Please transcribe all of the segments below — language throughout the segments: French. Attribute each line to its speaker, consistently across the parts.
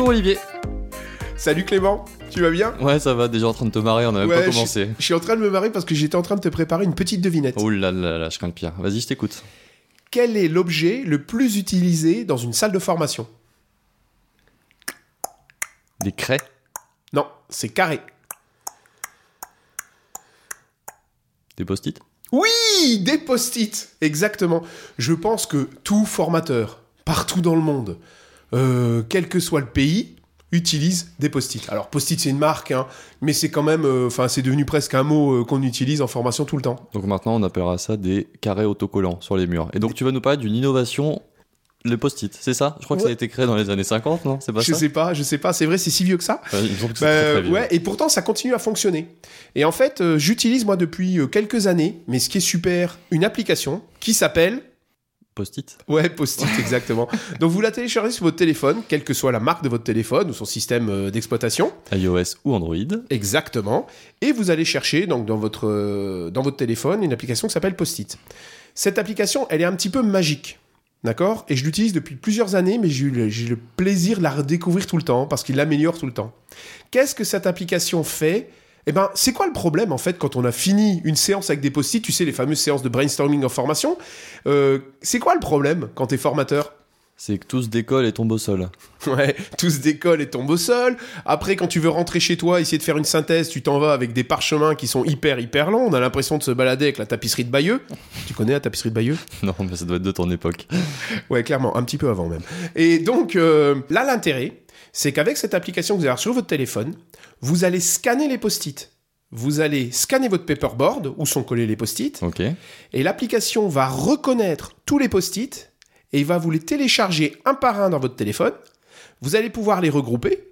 Speaker 1: Olivier.
Speaker 2: Salut Clément, tu vas bien
Speaker 1: Ouais, ça va, déjà en train de te marrer, on n'avait
Speaker 2: Ouais,
Speaker 1: pas commencé.
Speaker 2: Je suis en train de me marrer parce que j'étais en train de te préparer une petite devinette.
Speaker 1: Oh là là là, je crains le pire. Vas-y, je t'écoute.
Speaker 2: Quel est l'objet le plus utilisé dans une salle de formation
Speaker 1: Des craies
Speaker 2: Non, c'est carré.
Speaker 1: Des post-it
Speaker 2: Oui, des post-it, exactement. Je pense que tout formateur, partout dans le monde, euh, quel que soit le pays, utilise des post-it. Alors post-it c'est une marque, hein, mais c'est quand même, euh, enfin c'est devenu presque un mot euh, qu'on utilise en formation tout le temps.
Speaker 1: Donc maintenant, on appellera ça des carrés autocollants sur les murs. Et donc, tu vas nous parler d'une innovation, le post-it, c'est ça Je crois que ça a
Speaker 2: Ouais.
Speaker 1: été créé dans les années 50, non C'est pas
Speaker 2: je
Speaker 1: Bah, ça
Speaker 2: sais pas, je sais pas, c'est vrai, c'est si vieux que ça.
Speaker 1: Enfin, il me semble que c'est
Speaker 2: Bah,
Speaker 1: très, très vieux.
Speaker 2: ouais, et pourtant ça continue à fonctionner. Et en fait, euh, j'utilise moi depuis euh, quelques années, mais ce qui est super, une application qui s'appelle
Speaker 1: Post-it
Speaker 2: Ouais, Post-it, exactement. Donc vous la téléchargez sur votre téléphone, quelle que soit la marque de votre téléphone ou son système euh, d'exploitation,
Speaker 1: iOS ou Android
Speaker 2: exactement, et vous allez chercher donc dans votre euh, dans votre téléphone une application qui s'appelle Post-it. Cette application, elle est un petit peu magique. D'accord Et je l'utilise depuis plusieurs années, mais j'ai eu le, j'ai le plaisir de la redécouvrir tout le temps, parce qu'il l'améliore tout le temps. Qu'est-ce que cette application fait Eh ben, c'est quoi le problème, en fait, quand on a fini une séance avec des post-it, tu sais, les fameuses séances de brainstorming en formation Euh, C'est quoi le problème quand t'es formateur
Speaker 1: C'est que tous décollent et tombent au sol.
Speaker 2: Ouais, tous décollent et tombent au sol. Après, quand tu veux rentrer chez toi, essayer de faire une synthèse, tu t'en vas avec des parchemins qui sont hyper, hyper lents. On a l'impression de se balader avec la tapisserie de Bayeux. Tu connais la tapisserie de Bayeux
Speaker 1: Non, mais ça doit être de ton époque.
Speaker 2: Ouais, clairement, un petit peu avant même. Et donc, euh, là, l'intérêt, c'est qu'avec cette application que vous avez sur votre téléphone, vous allez scanner les post-it. Vous allez scanner votre paperboard où sont collés les post-it,
Speaker 1: Ok.
Speaker 2: et l'application va reconnaître tous les post-it et va vous les télécharger un par un dans votre téléphone. Vous allez pouvoir les regrouper,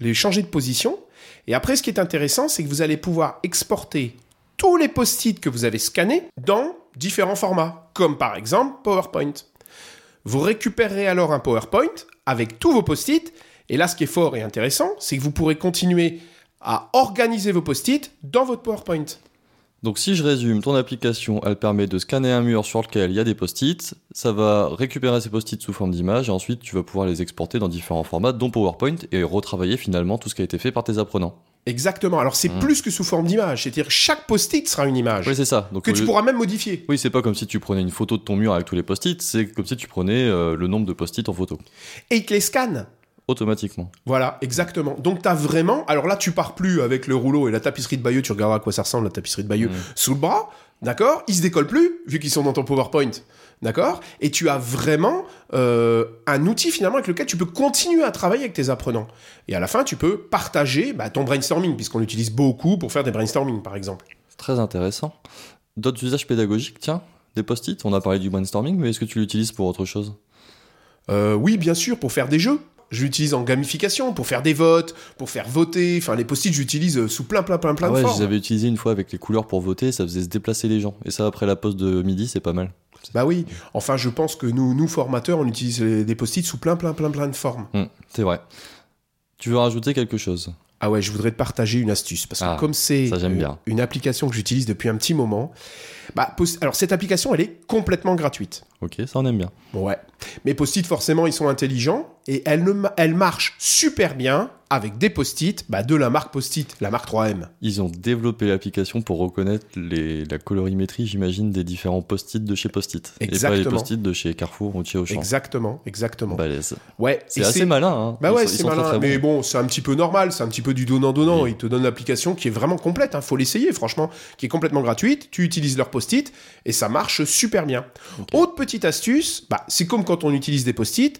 Speaker 2: les changer de position, et après, ce qui est intéressant, c'est que vous allez pouvoir exporter tous les post-it que vous avez scannés dans différents formats, comme par exemple PowerPoint. Vous récupérez alors un PowerPoint avec tous vos post-it. Et là, ce qui est fort et intéressant, c'est que vous pourrez continuer à organiser vos post-it dans votre PowerPoint.
Speaker 1: Donc si je résume, ton application, elle permet de scanner un mur sur lequel il y a des post-it, ça va récupérer ces post-it sous forme d'images et ensuite tu vas pouvoir les exporter dans différents formats, dont PowerPoint, et retravailler finalement tout ce qui a été fait par tes apprenants.
Speaker 2: Exactement. Alors, c'est
Speaker 1: Mhm.
Speaker 2: plus que sous forme d'image. C'est-à-dire, chaque post-it sera une image
Speaker 1: Oui, c'est ça. Donc,
Speaker 2: Ah, que
Speaker 1: au
Speaker 2: tu
Speaker 1: lieu-
Speaker 2: pourras même modifier.
Speaker 1: Oui, c'est pas comme si tu prenais une photo de ton mur avec tous les post-it, c'est comme si tu prenais euh, le nombre de post-it en photo,
Speaker 2: Et il te les scanne.
Speaker 1: automatiquement.
Speaker 2: Voilà, exactement. Donc, tu as vraiment. Alors là, tu pars plus avec le rouleau et la tapisserie de Bayeux. Tu regarderas à quoi ça ressemble, la tapisserie de Bayeux,
Speaker 1: Mhm.
Speaker 2: sous le bras. D'accord Ils se décollent plus, vu qu'ils sont dans ton PowerPoint. D'accord Et tu as vraiment euh, un outil finalement avec lequel tu peux continuer à travailler avec tes apprenants. Et à la fin, tu peux partager bah, ton brainstorming, puisqu'on l'utilise beaucoup pour faire des brainstorming, par exemple.
Speaker 1: C'est Très intéressant. D'autres usages pédagogiques, tiens, des post-it, on a parlé du brainstorming, mais est-ce que tu l'utilises pour autre chose
Speaker 2: Euh, oui, bien sûr, pour faire des jeux. Je l'utilise en gamification, pour faire des votes, pour faire voter. Enfin, les post-it, j'utilise euh, sous plein, plein, plein, plein
Speaker 1: Ah ouais,
Speaker 2: de
Speaker 1: je les
Speaker 2: formes.
Speaker 1: avais utilisés une fois avec les couleurs pour voter, ça faisait se déplacer les gens. Et ça, après la pause de midi, c'est pas mal.
Speaker 2: Bah oui. Enfin, je pense que nous, nous formateurs, on utilise les- des post-it sous plein, plein, plein, plein de formes.
Speaker 1: Hmm, c'est vrai. Tu veux rajouter quelque chose
Speaker 2: Ah ouais, je voudrais te partager une astuce parce que
Speaker 1: Ah,
Speaker 2: comme c'est
Speaker 1: ça, j'aime
Speaker 2: une,
Speaker 1: bien.
Speaker 2: une application que j'utilise depuis un petit moment, bah, Post- alors cette application, elle est complètement gratuite.
Speaker 1: Ok, ça on aime bien.
Speaker 2: Ouais. Mes post-it, forcément, ils sont intelligents et elle, ne ma- elle marche super bien avec des post-it bah, de la marque Post-it, la marque 3M.
Speaker 1: Ils ont développé l'application pour reconnaître les, la colorimétrie, j'imagine, des différents post-it de chez Post-it. Et pas
Speaker 2: Exactement.
Speaker 1: les post-it de chez Carrefour ou de chez Auchan.
Speaker 2: Exactement, exactement.
Speaker 1: Balèze.
Speaker 2: ouais,
Speaker 1: C'est
Speaker 2: et
Speaker 1: assez malin. Hein.
Speaker 2: Bah
Speaker 1: Ils
Speaker 2: ouais,
Speaker 1: sont- ils
Speaker 2: c'est
Speaker 1: sont très,
Speaker 2: malin,
Speaker 1: très
Speaker 2: mais
Speaker 1: bons.
Speaker 2: bon, c'est un petit peu normal, c'est un petit peu du donnant-donnant.
Speaker 1: Oui.
Speaker 2: Ils te donnent l'application qui est vraiment complète, hein, faut l'essayer, franchement, qui est complètement gratuite. Tu utilises leur post-it et ça marche super bien.
Speaker 1: Ok.
Speaker 2: Autre petite astuce, bah, c'est comme quand on utilise des post-it,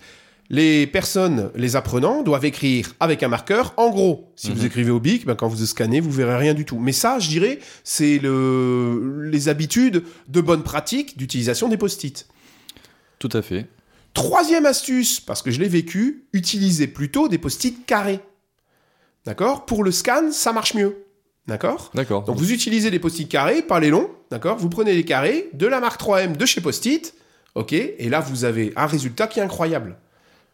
Speaker 2: les personnes, les apprenants, doivent écrire avec un marqueur. En gros, si vous
Speaker 1: Mhm.
Speaker 2: écrivez au bic, bah, quand vous scannez, vous verrez rien du tout. Mais ça, je dirais, c'est le... les habitudes de bonne pratique d'utilisation des post-it.
Speaker 1: Tout à fait.
Speaker 2: Troisième astuce, parce que je l'ai vécu, utilisez plutôt des post-it carrés. D'accord Pour le scan, ça marche mieux. D'accord
Speaker 1: D'accord.
Speaker 2: Donc vous utilisez des post-it carrés, pas les longs, d'accord Vous prenez les carrés de la marque 3M de chez Post-it, ok Et là, vous avez un résultat qui est incroyable.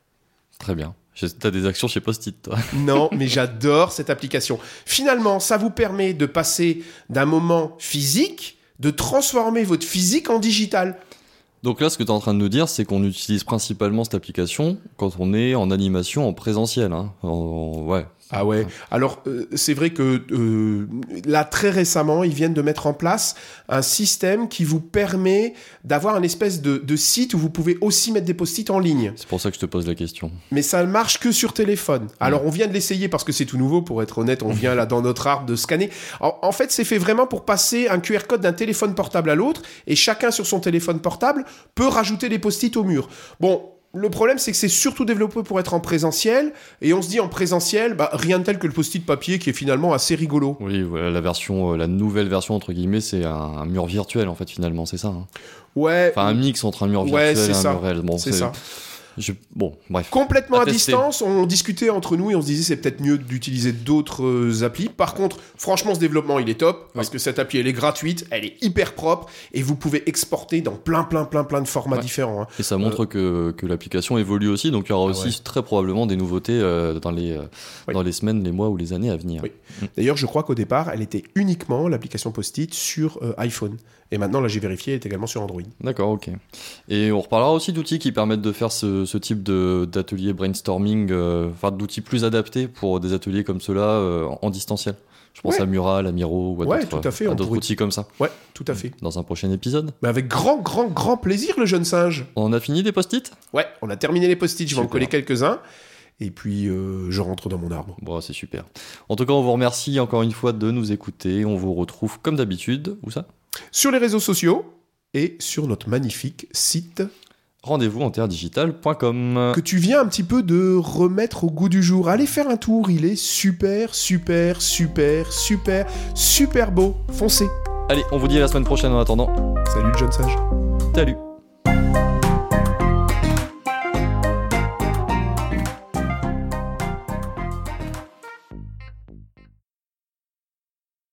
Speaker 1: Très bien. J'ai- T'as des actions chez Post-it, toi.
Speaker 2: Non, mais j'adore cette application. Finalement, ça vous permet de passer d'un moment physique, de transformer votre physique en digital.
Speaker 1: Donc là, ce que tu es en train de nous dire, c'est qu'on utilise principalement cette application quand on est en animation en présentiel. Hein. En- ouais.
Speaker 2: Ah ouais. Alors euh, c'est vrai que euh, là très récemment, ils viennent de mettre en place un système qui vous permet d'avoir une espèce de, de site où vous pouvez aussi mettre des post-it en ligne.
Speaker 1: C'est pour ça que je te pose la question.
Speaker 2: Mais ça ne marche que sur téléphone. Alors on vient de l'essayer parce que c'est tout nouveau. Pour être honnête, on vient là dans notre arbre de scanner. En, en fait, c'est fait vraiment pour passer un QR code d'un téléphone portable à l'autre et chacun sur son téléphone portable peut rajouter des post-it au mur. Bon. Le problème, c'est que c'est surtout développé pour être en présentiel, et on se dit en présentiel, bah, rien de tel que le post-it papier qui est finalement assez rigolo.
Speaker 1: Oui, voilà, la version, euh, la nouvelle version entre guillemets, c'est un, un mur virtuel en fait finalement, c'est ça. hein.
Speaker 2: Ouais,
Speaker 1: Enfin, un mix entre un mur
Speaker 2: Ouais,
Speaker 1: virtuel
Speaker 2: c'est
Speaker 1: et un
Speaker 2: ça.
Speaker 1: mur réel. Bon,
Speaker 2: c'est ça.
Speaker 1: je- Bon, bref.
Speaker 2: Complètement
Speaker 1: À
Speaker 2: à,
Speaker 1: tester.
Speaker 2: distance, on discutait entre nous et on se disait c'est peut-être mieux d'utiliser d'autres euh, applis. Par contre, franchement, ce développement il est top parce que cette appli elle est gratuite, elle est hyper propre et vous pouvez exporter dans plein plein plein plein de formats
Speaker 1: Ouais. Mm.
Speaker 2: différents. hein.
Speaker 1: Et ça montre que, que l'application évolue aussi, donc il y aura aussi
Speaker 2: Ah ouais.
Speaker 1: très probablement des nouveautés euh, dans, les, euh,
Speaker 2: Oui.
Speaker 1: dans les semaines, les mois ou les années à venir.
Speaker 2: Oui. D'ailleurs, je crois qu'au départ, elle était uniquement l'application Post-it sur euh, iPhone et maintenant là j'ai vérifié, elle est également sur Android.
Speaker 1: D'accord, ok. Et on reparlera aussi d'outils qui permettent de faire ce, ce type de- d'atelier brainstorming, euh, enfin d'outils plus adaptés pour des ateliers comme ceux-là euh, en distanciel. Je pense
Speaker 2: Ouais.
Speaker 1: à Mural, à Miro ou à
Speaker 2: Ouais,
Speaker 1: d'autres
Speaker 2: tout à fait, on
Speaker 1: d'autres
Speaker 2: pourrait-
Speaker 1: outils comme ça
Speaker 2: Ouais, tout à fait.
Speaker 1: dans un prochain épisode.
Speaker 2: Mais avec grand grand grand plaisir le jeune singe.
Speaker 1: On a fini des post-it
Speaker 2: Ouais, on a terminé les Post-it, je vais en
Speaker 1: Super.
Speaker 2: coller quelques-uns et puis euh, je rentre dans mon arbre.
Speaker 1: Bon, c'est super. En tout cas, on vous remercie encore une fois de nous écouter. On vous retrouve comme d'habitude. Où ça
Speaker 2: Sur les réseaux sociaux et sur notre magnifique site
Speaker 1: Rendez-vous en terredigital.com.
Speaker 2: que tu viens un petit peu de remettre au goût du jour. Allez faire un tour, il est super, super, super, super, super beau. Foncez.
Speaker 1: Allez, on vous dit à la semaine prochaine en attendant.
Speaker 2: Salut le jeune sage.
Speaker 1: Salut